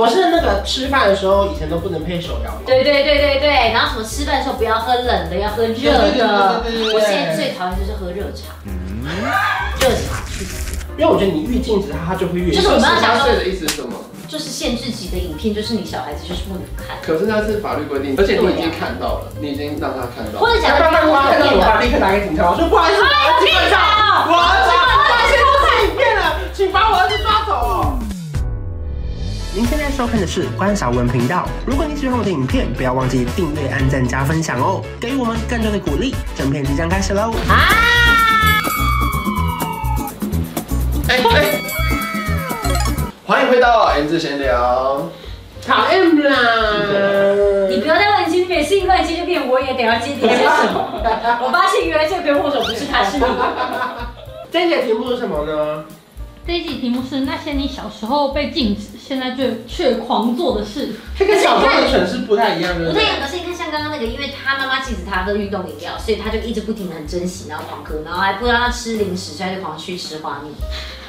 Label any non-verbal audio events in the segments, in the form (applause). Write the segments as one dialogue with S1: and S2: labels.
S1: 我是那个吃饭的时候，以前都不能配手摇嘛。
S2: 对对对对对，然后什么吃饭的时候不要喝冷的，要喝热的。
S1: 对对对对对对嗯
S2: 我现在最讨厌就是喝热茶，热茶去死。
S1: 因为我觉得你越禁止它，它就会越。
S2: 就是我们要想
S3: 18
S2: 说
S3: 岁，的意思是什么？
S2: 就是限制级的影片，就是你小孩子就是不能看，
S3: 可是那是法律规定，而且你已经看到了，你已经让他看到
S2: 或
S3: 了。
S2: 者
S1: 要
S2: 讲
S1: 不
S2: 的
S1: 然
S2: 太
S1: 那
S2: 过
S1: 啊我看到我
S2: 分了。
S1: 爸立刻打给警察，我说不好意思，我要去警察，我要去，我要去抓
S2: 哎
S1: 影片了，请把我儿子抓走。您现在收看的是关少文频道。如果你喜欢我的影片，不要忘记订阅、按赞、加分享哦，给予我们更多的鼓励。整片即将开始喽！
S3: 哎哎，欢迎回到 M 字闲聊。
S1: 讨厌啦！
S2: 啊你不要再乱接那边，新乱接就变我也得要接你，这是什么？我发现原来罪魁祸首不是他，是你。
S1: (laughs) 这一节题目是什么呢？
S4: 这一集题目是那些你小时候被禁止，现在却却狂做的事。
S1: 这跟小时候的蠢事不太一样，对
S2: 不
S1: 不
S2: 对
S1: 对？
S2: 啊，可是你看像刚刚那个，因为他妈妈禁止他喝运动饮料，所以他就一直不停的很珍惜，然后狂喝，然后还不让他吃零食，所以他就狂去吃花蜜。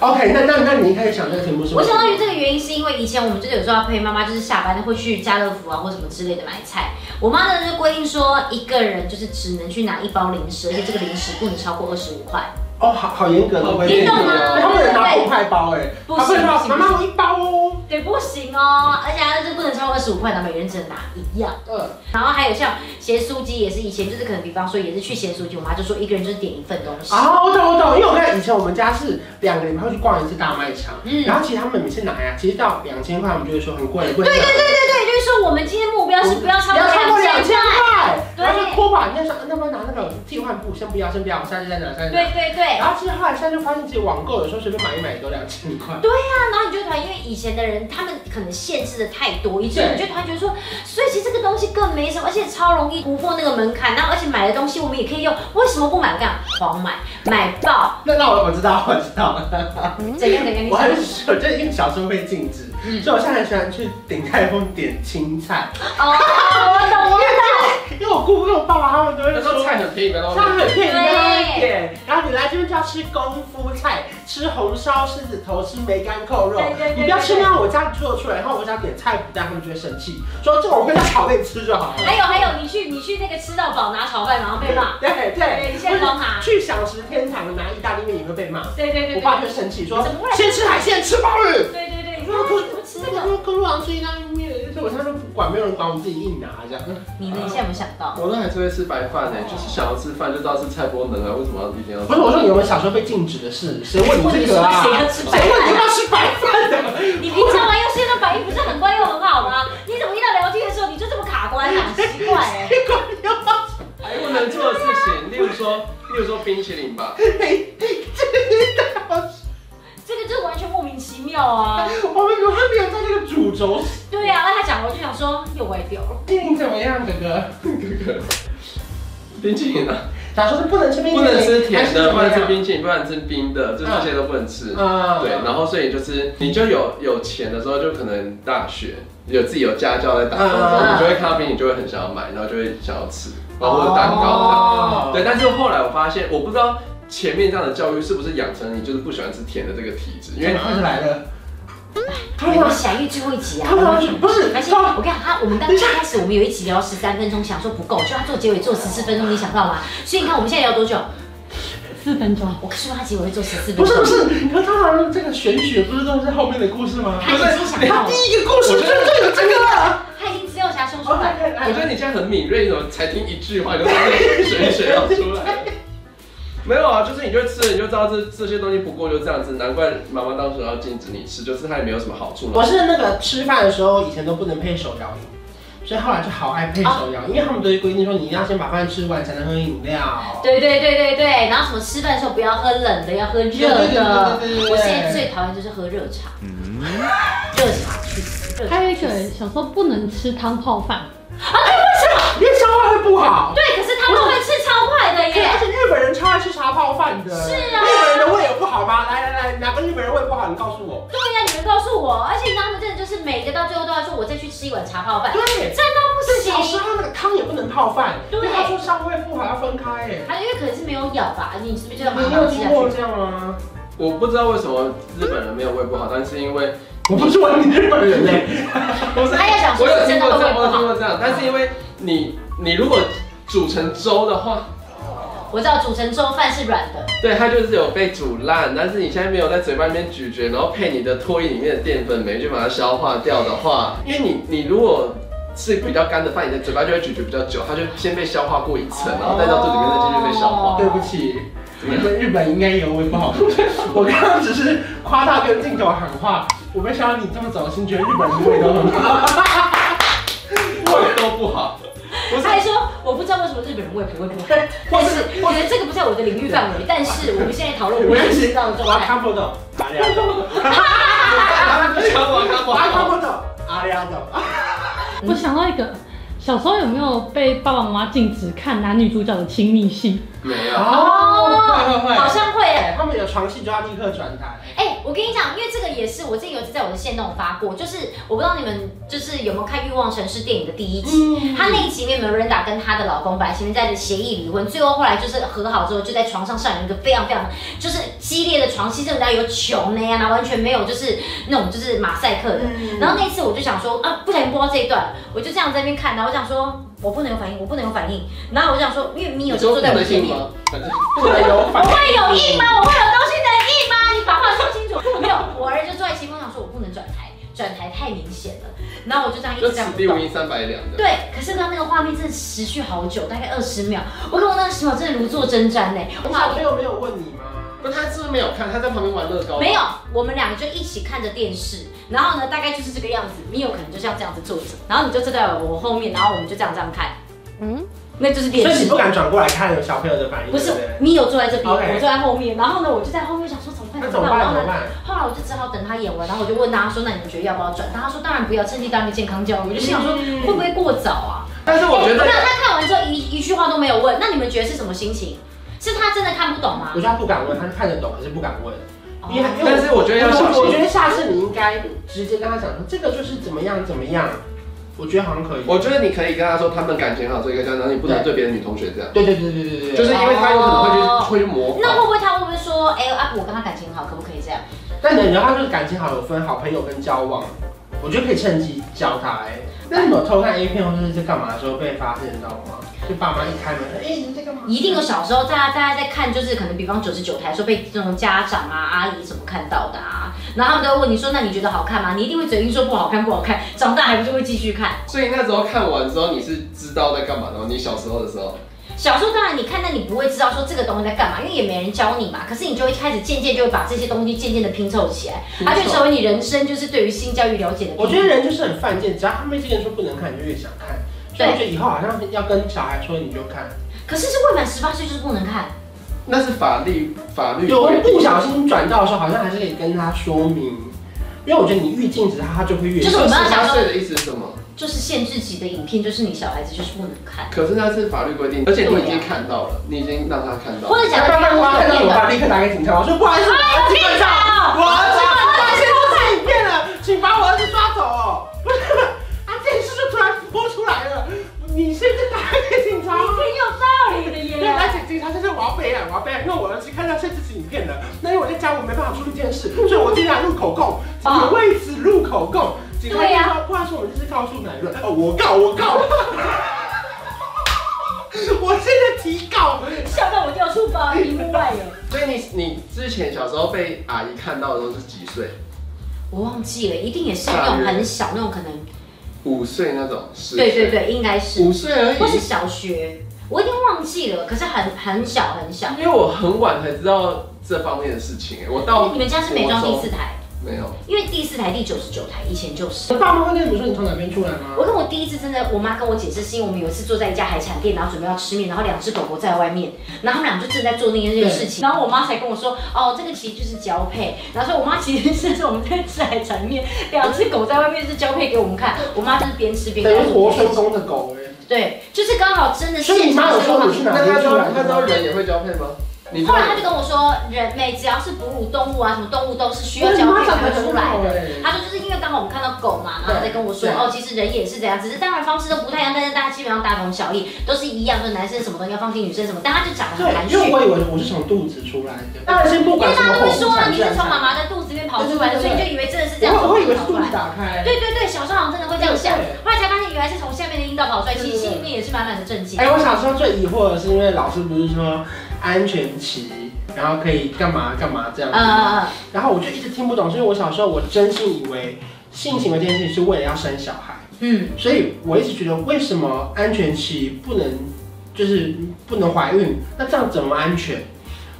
S1: OK，那那那你一开始想这个题目是？
S2: 我想到这个原因是因为以前我们就是有时候要陪妈妈，就是下班会去家乐福啊或什么之类的买菜。我妈呢就规定说，一个人就是只能去拿一包零食，而且这个零食不能超过二十五块。
S1: 哦，好好严格的规定
S2: 你懂吗
S1: 他不能拿五块包哎，
S2: 不
S1: 他不
S2: 行
S1: 能
S2: 不
S1: 说
S2: 行
S1: 妈妈我一包哦。
S2: 对，不行哦，而且它就是不能超过二十五块，然后每人只能拿一样。
S1: 嗯，
S2: 然后还有像咸酥鸡也是，以前就是可能比方说也是去咸酥鸡，我妈就说一个人就是点一份东西。
S1: 啊，我懂我懂，因为我看以前我们家是两个礼拜会去逛一次大卖场，
S2: 嗯
S1: 然后其实他们每次拿呀，其实到两千块，我们就会说很贵很贵。
S2: 对对对对对，就是说我们今天目标是不要超
S1: 不
S2: 过
S1: 要超过
S2: 两
S1: 两
S2: 千
S1: 千
S2: 块。
S1: 块，
S2: 对
S1: 然后就拖把，人家说啊那不要拿那个替换布，先不要，先不要，下次再拿，下次再拿。
S2: 对对对，
S1: 然后其实后来现在就发现，其实网购有时候随便买一买都两千块。
S2: 然后你就突然因为以前的人他们可能限制的太多，以
S1: 对
S2: 前你就突然觉得说，所以其实这个东西更没什么，而且超容易突破那个门槛。然后而且买的东西我们也可以用，为什么不买？我跟你讲，狂买买爆，
S1: 那那我我知道我知道，
S2: 怎样怎样？你嗯
S1: 我很
S2: 想
S1: 喜欢，就是因为小时候会禁止，所以我现在很喜欢去鼎泰丰点青菜。
S2: (laughs) 哦，我懂我懂。
S1: 因为我姑姑跟我爸爸他们都
S3: 那
S1: 会
S3: 时候
S1: 说，
S3: 菜很便宜，不要
S1: 像
S3: 浪
S1: 很
S3: 费。
S1: 便宜的一点，然后你来这边就要吃功夫菜，吃红烧狮子头，吃梅干扣肉
S2: 对对对，对
S1: 你不要吃那样我家里做出来，然后我想点菜不带，他们就会生气，说这种我回家炒给你吃就好了。
S2: 还有还有，你去你去那个吃到饱拿炒饭，然后被骂。
S1: 对
S2: 对，
S1: 对，
S2: 你现在光拿。
S1: 去小吃天堂拿意大利面也会被骂，
S2: 对对对
S1: 我
S2: 对
S1: 爸就会生气说
S2: 怎么会
S1: 先吃海鲜吃饱了。
S2: 对
S1: (laughs)
S2: 对对，你
S1: 我
S2: 说你怎么吃这
S1: 那
S2: 个？
S1: 个跟路上吃意大利面，所以我现在都不管，没有人管，我自己硬拿这样。
S2: 你呢？你现在有没有想到？
S3: 我都还是会吃白饭呢，欸就是想要吃饭就知道是菜不能啊，为什么要一定要？
S1: 不是我说你们小时候被禁止的事，谁问你这个啊？
S2: 谁要吃白
S1: 谁问你
S2: 饭？
S1: 要吃白饭的？
S2: 你平常玩游戏那反应不是很乖又很好吗？你怎么一到聊天的时候你就这么卡关啊？奇怪哎、
S1: 谁管你要
S3: 还哎不能做的事情，例如说，例如说冰淇淋吧。
S1: 谁？
S2: 这个就完全莫名其妙啊！
S1: 我们永远没有在这个主轴。
S2: 对啊，那他讲完就想说哎又歪掉了。
S1: 心情怎么样，哥哥？
S3: 冰淇淋啊，
S1: 他说是不能吃冰淇
S3: 不
S1: 淋，
S3: 能吃甜的，不能吃
S1: 淇淋。
S3: 冰淇淋，不能吃冰的，就这些都不能吃。
S1: 啊
S3: 对，然后所以就是你就有有钱的时候，就可能大学有自己有家教在打工的时
S1: 嗯
S3: 候，你就会看到冰，你就会很想要买，然后就会想要吃，然后或者蛋糕这
S1: 哦
S3: 样。对，但是后来我发现，我不知道前面这样的教育是不是养成你就是不喜欢吃甜的这个体质，因
S1: 因为
S3: 为
S1: 他是来了。他
S2: 没
S1: 们
S2: 关系啊，因为最后一集啊
S1: 他。们不是
S2: 而且
S1: 他
S2: 啊我跟你讲，他我们刚刚开始，我们有一集聊十三分钟，想说不够，就他做结尾做十四分钟，你想到吗？所以你看我们现在聊多久？
S4: 四分钟，
S2: 我说他结尾会做十四分
S1: 不
S2: 钟，
S1: 是不是，你看他们这个玄学不是都是后面的故事吗？
S2: 他已经想到
S1: 他
S2: 了，
S1: 第一个故事就就有这个了。
S2: 他已经只有侠说出
S1: 哦
S2: 来。
S1: 来来
S3: 我觉
S1: 来
S3: 得你现在很敏锐，怎么才听一句话就知道那个水水要出来？没有啊，就是你就吃了，你就知道这这些东西不过就这样子，难怪妈妈当时要禁止你吃，就是它也没有什么好处嘛
S1: 我。是那个吃饭的时候，以前都不能配手摇饮，所以后来就好爱配手摇饮，因为他们都会规定说你一定要先把饭吃完才能喝饮料。
S2: 哦对对对对对，然后什么吃饭的时候不要喝冷的，要喝热的。
S1: 对对对对对对
S2: 我现在最讨厌就是喝热茶，热茶去死。热茶
S4: 还有一个小时候不能吃汤泡饭，
S1: 因为消化会不好。
S2: 对，可是他们会吃超快的
S1: 对，而
S2: 耶。
S1: 且日本人超爱吃茶泡饭的。
S2: 是啊
S1: 日本人的胃有不好吗？来来来，哪个日本人胃不好？你告诉我。
S2: 对呀、你们告诉我，而且你知道他们真的就是每个到最后都要说，我再去吃一碗茶泡饭，
S1: 对，
S2: 真的不
S1: 所以小时
S2: 行。
S1: 候那个汤也不能泡饭，
S2: 对
S1: 因为他说伤胃不好要分开哎。
S2: 他因为可能是没有咬吧，你是不是就要
S1: 你
S2: 马
S1: 没有
S2: 上吃
S1: 听
S2: 下
S1: 过
S2: 去？
S1: 这样吗？
S3: 我不知道为什么日本人没有胃不好，但是因为
S1: 我不是我你日本人嘞，
S3: 不是，
S2: 他要想说
S3: 我有听过这样，
S2: 真的会不会不
S3: 我有
S2: 好
S3: 听过这样，但是因为你你如果煮成粥的话，
S2: 我知道煮成粥饭是软的，
S3: 对，它就是有被煮烂，但是你现在没有在嘴巴里面咀嚼，然后配你的唾液里面的淀粉酶去把它消化掉的话，因为你你如果是比较干的饭，你的嘴巴就会咀嚼比较久，它就先被消化过一层，然后再到肚子里面再继续被消化。
S1: 对不起，你们日本应该也有我也不好说。我刚刚只是夸他跟镜头喊话，我没想到你这么早先觉得日本人的味道很好。
S3: 胃都不好，不
S1: 哎
S3: 是
S2: 他还说我不知道为什么日本人胃不会不会，但是我觉得这个不在我的领域范围，但是我们现在讨论我
S1: 我
S2: 们
S1: 也
S2: 知
S1: 是，
S2: 道的
S1: 我要
S2: 状态。
S1: 看不懂，阿里阿斗，
S3: 他们讲我干
S1: 我要看
S3: 嘛？
S1: 不懂，阿里阿斗。
S2: 嗯
S4: 我想到一个，小时候有没有被爸爸妈妈禁止看男女主角的亲密戏？
S3: (laughs) 没有，
S1: 哦，会会
S2: 好
S1: 会，
S2: 像会耶。
S1: 他们有床戏就要立刻转台。
S2: 哎、我跟你讲，因为这个也是我之前有一次在我的线动发过，就是我不知道你们就是有没有看《欲望城市》电影的第一集，
S1: 嗯
S2: 她那一集里面 Miranda 跟她的老公本来前面在协议离婚，最后后来就是和好之后，就在床上上演一个非常非常就是激烈的床戏，甚至还有球那样啊，完全没有就是那种就是马赛克的。
S1: 嗯
S2: 然哎后那一次我就想说啊，不小心播到这一段，我就这样在那边看，然后我想说我不能有反应，我不能有反应。然后我就想说，因为米有时候坐在我前面，
S3: 吗？反正
S1: 不能有
S2: 我
S1: 反应。
S2: 会有意吗？我会有东西能意吗？你把话说清楚。没有，我儿就坐在前方，想说我不能转台，转台太明显了。然后我就这样一
S3: 就
S2: 直这
S3: 此
S2: 样
S3: 地无
S2: 动。
S3: 银三百两的。
S2: 对，可是刚刚那个画面真的持续好久，大概二十秒。我跟我那个十秒真的如坐针毡呢。我
S1: 我
S2: 怕
S1: 小朋友没有问你吗？
S3: 不，他是不是没有看？他在旁边玩乐高。
S2: 没有，我们两个就一起看着电视，然后呢，大概就是这个样子。你有可能就是要这样子坐着，然后你就坐在我后面，然后我们就这样这样看。嗯，那就是电
S1: 所以
S2: 视。
S1: 你不敢转过来看有小朋友的反应，
S2: 不是
S1: 对对，
S2: 你有坐在这边，
S1: OK
S2: 我坐在后面，然后呢，我就在后面想说怎么办
S1: 那
S2: 怎
S1: 怎
S2: 么
S1: 么
S2: 办，
S1: 办？
S2: 然
S1: 怎么
S2: 后
S1: 办？
S2: 呢，后来我就只好等他演完，然后我就问他说，那你们觉得要不要转？他说当然不要，趁机当个健康教育。我就心想说
S1: 嗯
S2: 会不会过早啊？
S3: 但是我觉
S2: 那
S3: 得
S2: 他看完之后一一句话都没有问，那你们觉得是什么心情？是他真的看不懂吗
S1: 我？觉得他不敢问，他是看得懂，可是不敢问。因为
S2: 哦
S1: 因为
S3: 但是我觉得要小
S1: 我我觉。
S3: 心
S1: 得下次你应该直接跟他讲说，这个就是怎么样怎么样，我觉得好像可以。
S3: 我觉得你可以跟他说，他们感情好，所以跟他讲，你不能对别的女同学这样，
S1: 对对对对对对，
S3: 就是因为他有可能会去、
S2: 哦
S3: 会去模
S2: 那
S3: 仿。
S2: 会不会他会不会说，哎、啊，我跟他感情好，可不可以这样？
S1: 但你知道他就是感情好有分好朋友跟交往，我觉得可以趁机教他哎、那你有偷看 A 片或者是在干嘛的时候被发现，你知道吗？就爸妈一开门，哎、你在干嘛？
S2: 一定有小时候大家大家在看，就是可能比方九十九台的时候被这种家长啊阿姨怎么看到的啊，然后他们都会问你说，那你觉得好看吗？你一定会嘴硬说不好看不好看，长大还不就会继续看？
S3: 所以那时候看完之后，你是知道在干嘛的吗？你小时候的时候，
S2: 小时候当然你看，但你不会知道说这个东西在干嘛，因为也没人教你嘛。可是你就会开始渐渐就会把这些东西渐渐的拼凑起来，它就成为你人生就是对于性教育了解的。
S1: 我觉得人就是很犯贱，只要他们一跟你说不能看，你就越想看。所以我觉得以后好像要跟小孩说你就看，
S2: 可是是未满十八岁就是不能看，
S3: 那是法律法律
S1: 对，我
S3: 规定
S1: 不小心转到的时候，好像还是可以跟他说明，因为我觉得你越禁止他，他就会越
S2: 就是
S3: 说
S2: 我们要
S3: 十
S2: 讲
S3: 八
S2: 说
S3: 岁的意思是什么？
S2: 就是限制级的影片，就是你小孩子就是不能看，
S3: 可是那是法律规定，而且你已经看到了，你已经让他看到
S2: 或
S3: 了。
S2: 者讲
S1: 刚刚我看到
S2: 片
S1: 我爸
S2: 段。
S1: 立刻打给警察，我说不好意思，
S2: 哎
S1: 我儿子被抓，我儿子发现偷看影片了，请把我儿子抓走。 (laughs) 不是，啊，电视就突然播出来了，你现在打给警察。
S2: 有道理的
S1: 对，而。且警察先生我要备案，我要备案，因为我儿子看到这支影片了。那因为我在家我没办法处理这件事，所以我尽量录口供，
S2: 啊
S1: 只为此录口供。警察
S2: 对
S1: 就
S2: 呀
S1: 说，不然说我们就是告诉乃论，哦，我告我告， (laughs) 我现在提告。
S2: 笑到我掉出包，一目外了。
S3: 所以你你之前小时候被阿姨看到的时候是几岁？
S2: 我忘记了，一定也是那种很小那种，可能
S3: 五岁那种？十岁
S2: 对对，对，应该是，
S3: 五岁而
S2: 或是
S3: 已。
S2: 小学，我已经忘记了，可是很很小很小。
S3: 因为我很晚才知道这方面的事情，欸我到
S2: 你们家是美妆第
S3: 国
S2: 四
S3: 中
S2: 台，
S3: 没有。
S2: 因为第四台第九十九台以前就是。
S1: 爸妈会跟你们说你从哪边出来吗？
S2: 我跟我第一次真的，我妈跟我解释，是因为我们有一次坐在一家海产店，然后准备要吃面，然后两只狗狗在外面，然后他们俩就正在做那件
S1: 对
S2: 事情，然后我妈才跟我说，哦，这个其实就是交配，然后说我妈其实是我们在吃海产面，两只狗在外面是交配给我们看，我妈就是边吃边
S1: 等
S2: 告
S1: 于
S2: 诉我
S1: 活生生的狗哎。
S2: 对，就是刚好真的
S1: 所以你
S2: 现
S1: 妈
S2: 场
S1: 有
S2: 是
S1: 说
S2: 我
S1: 你是哪
S3: 那
S1: 边
S3: 他
S1: 出
S3: 知
S1: 来
S3: 道他知道
S1: 的吗？
S3: 人也会交配吗？你
S2: 后来他就跟我说，人类只要是哺乳动物啊，什么动物都是需要交配才会出来的。
S3: 的
S2: 他说就是因为刚好我们看到狗嘛，然后在
S3: 对
S2: 跟我说
S3: 对
S2: 哦，其实人也是这样，只是当然方式都不太一样，但是大家基本上大同小异，都是一样，就是男生什么东西要放进女生什么，但他就讲得很含
S1: 对，
S2: 蓄
S1: 因。为我以为我是从肚子出来的，当然先不
S2: 因
S1: 管
S2: 为
S1: 什
S2: 大
S1: 么
S2: 家都
S1: 剖
S2: 会
S1: 腹
S2: 说啊，
S1: 产
S2: 你
S1: 这样
S2: 是从妈
S1: 看，
S2: 妈的肚子里面跑出来的，所以你就以为真的是这样
S1: 我
S2: 从
S1: 我以
S2: 肚
S1: 为
S2: 子
S1: 是肚
S2: 跑出
S1: 子
S2: 来的。
S1: 打开，
S2: 对对对，小时候好像真的会这样想
S1: 对对，
S2: 后来才发现原来是从下面的阴道跑出来，其
S1: 对对对
S2: 实心里面也是满满的震惊
S1: 哎、。我小时候最疑惑的是，因为老师不是说安全期，然后可以干嘛干嘛这样子吗，
S2: 呃，
S1: 然后我就一直听不懂，是因为我小时候我真心以为性行为这件事情是为了要生小孩，
S2: 嗯，
S1: 所以我一直觉得为什么安全期不能就是不能怀孕，那这样怎么安全？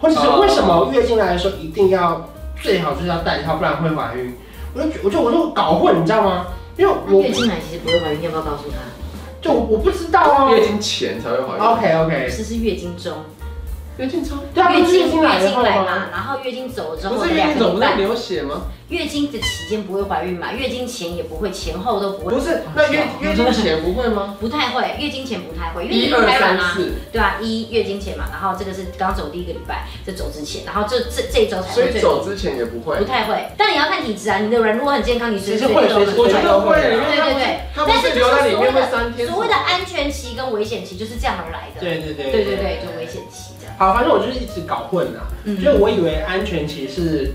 S1: 或者是为什么月经来的时候一定要最好就是要带套，不然会怀孕？我就觉我就我就搞混，你知道吗？因为
S2: 那
S1: 我
S2: 月经来其实不会怀孕，要不要告诉他？
S1: 就我不知道啊。
S3: 月经前才会怀孕，
S1: OK OK，
S2: 是是月经中，
S3: 哦月经中
S1: 哎对啊，不是
S2: 经
S1: 月经来
S2: 月
S1: 的
S2: 经
S1: 后
S2: 来
S1: 吗？
S2: 嘛，然后月经走了之后
S3: 不
S2: 的
S3: 是月
S2: 两
S3: 经总
S2: 个
S3: 不
S2: 礼
S3: 是
S2: 拜，
S3: 流血吗？
S2: 月经的期间不会怀孕嘛，月经前也不会，前后都不会，
S3: 不是，那月月经前不会吗？
S2: 不太会，月经前不太会，因为
S3: 一
S2: 你
S3: 二
S2: 排卵
S3: 三
S2: 啊，
S3: 四，
S2: 对啊，一月经前嘛，然后这个是刚走第一个礼拜，这走之前，然后这这这一周才
S3: 所
S2: 会
S3: 以
S2: 最
S3: 走之前也不会
S2: 不。太会，但你要看体质啊，你的人如果很健康，你随时
S1: 其实会
S2: 都
S1: 随时
S2: 会
S1: 会
S2: 怀孕
S3: 不会，啊
S2: 对对对，
S3: 它不是留在里面会三天。
S2: 所谓的安全期跟危险期就是这样而来的，
S1: 对对对
S2: 对对对，就危。险期这样，
S1: 好，反正我就是一直搞混啦，所以我以为安全期是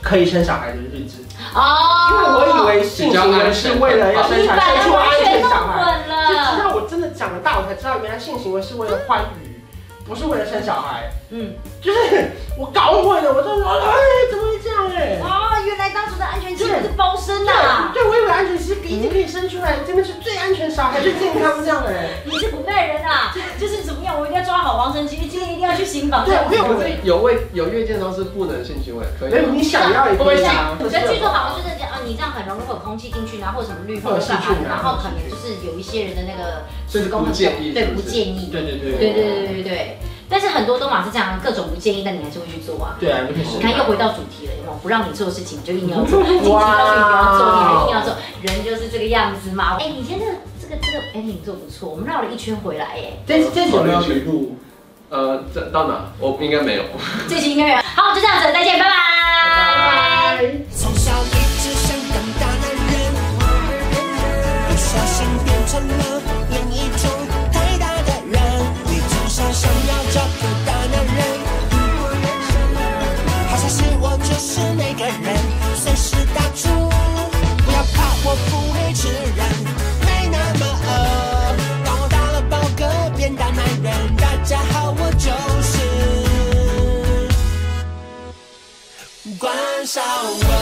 S1: 可以生小孩的日子，
S2: 哦，
S1: 啊因为我以为性行为是为了要生
S2: 你
S1: 小
S2: 把
S1: 孩，生
S2: 它
S1: 出安
S2: 哦完全
S1: 全
S2: 弄
S1: 小孩，
S2: 混
S1: 就直
S2: 了，
S1: 到我真的长了大，我才知道原来性行为是为了欢愉，不是为了生小孩，
S2: 嗯，
S1: 就是我搞混了，我就说哎怎么会这样哎？
S2: 哦，原来当初的安全期不是包生的啊，
S1: 对，我以为安全期一定可以生出来，这边是最安全小孩最健康这样哎。
S2: 你是古代人啊，就是怎么样，我一定要抓好王神吉，今天一定要去刑房。
S1: 对，
S3: 因为我
S1: 我
S3: 们
S1: 以
S3: 这有位有月经的时候是不能性行为，可以
S1: 为
S3: 吗？
S1: 你想要也可以啊，
S2: 我觉得据说好像就是讲，啊，你这样很容易会有空气进去，然后或者什么滤
S1: 或
S2: 泡
S1: 者细
S2: 干嘛
S1: 菌
S2: 的，
S1: 啊
S2: 然后可能就是有一些人的那个
S3: 甚至不建议，
S2: 对不
S3: 是不是？
S2: 建议，
S1: 对对对
S2: 对对对对对。但是很多都嘛是这样，各种不建议，但你还是会去做啊。
S1: 对啊，你可以
S2: 你
S1: 试。
S2: 看又回到主题了，有没有？不让你做的事情你就硬要做，禁止告诉你不要做，你还硬要做，人就是这个样子嘛。哎，你今天这个这个这个，哎，你做不错，我们绕了一圈回来耶。
S1: 这这有没有去录？
S3: 呃，这到哪？我应该没有。
S2: 这期应该没有，好，就这样子，再见，拜拜。
S1: 拜。
S5: 从小一直想当大男人，不小心变成了另一种太大的人。你从小想要找个大男人，好消息我就是那个人，随时打住，不要怕，我不会吃人，没那么饿。当我打了饱嗝变大男人，大家好，我就是关少文。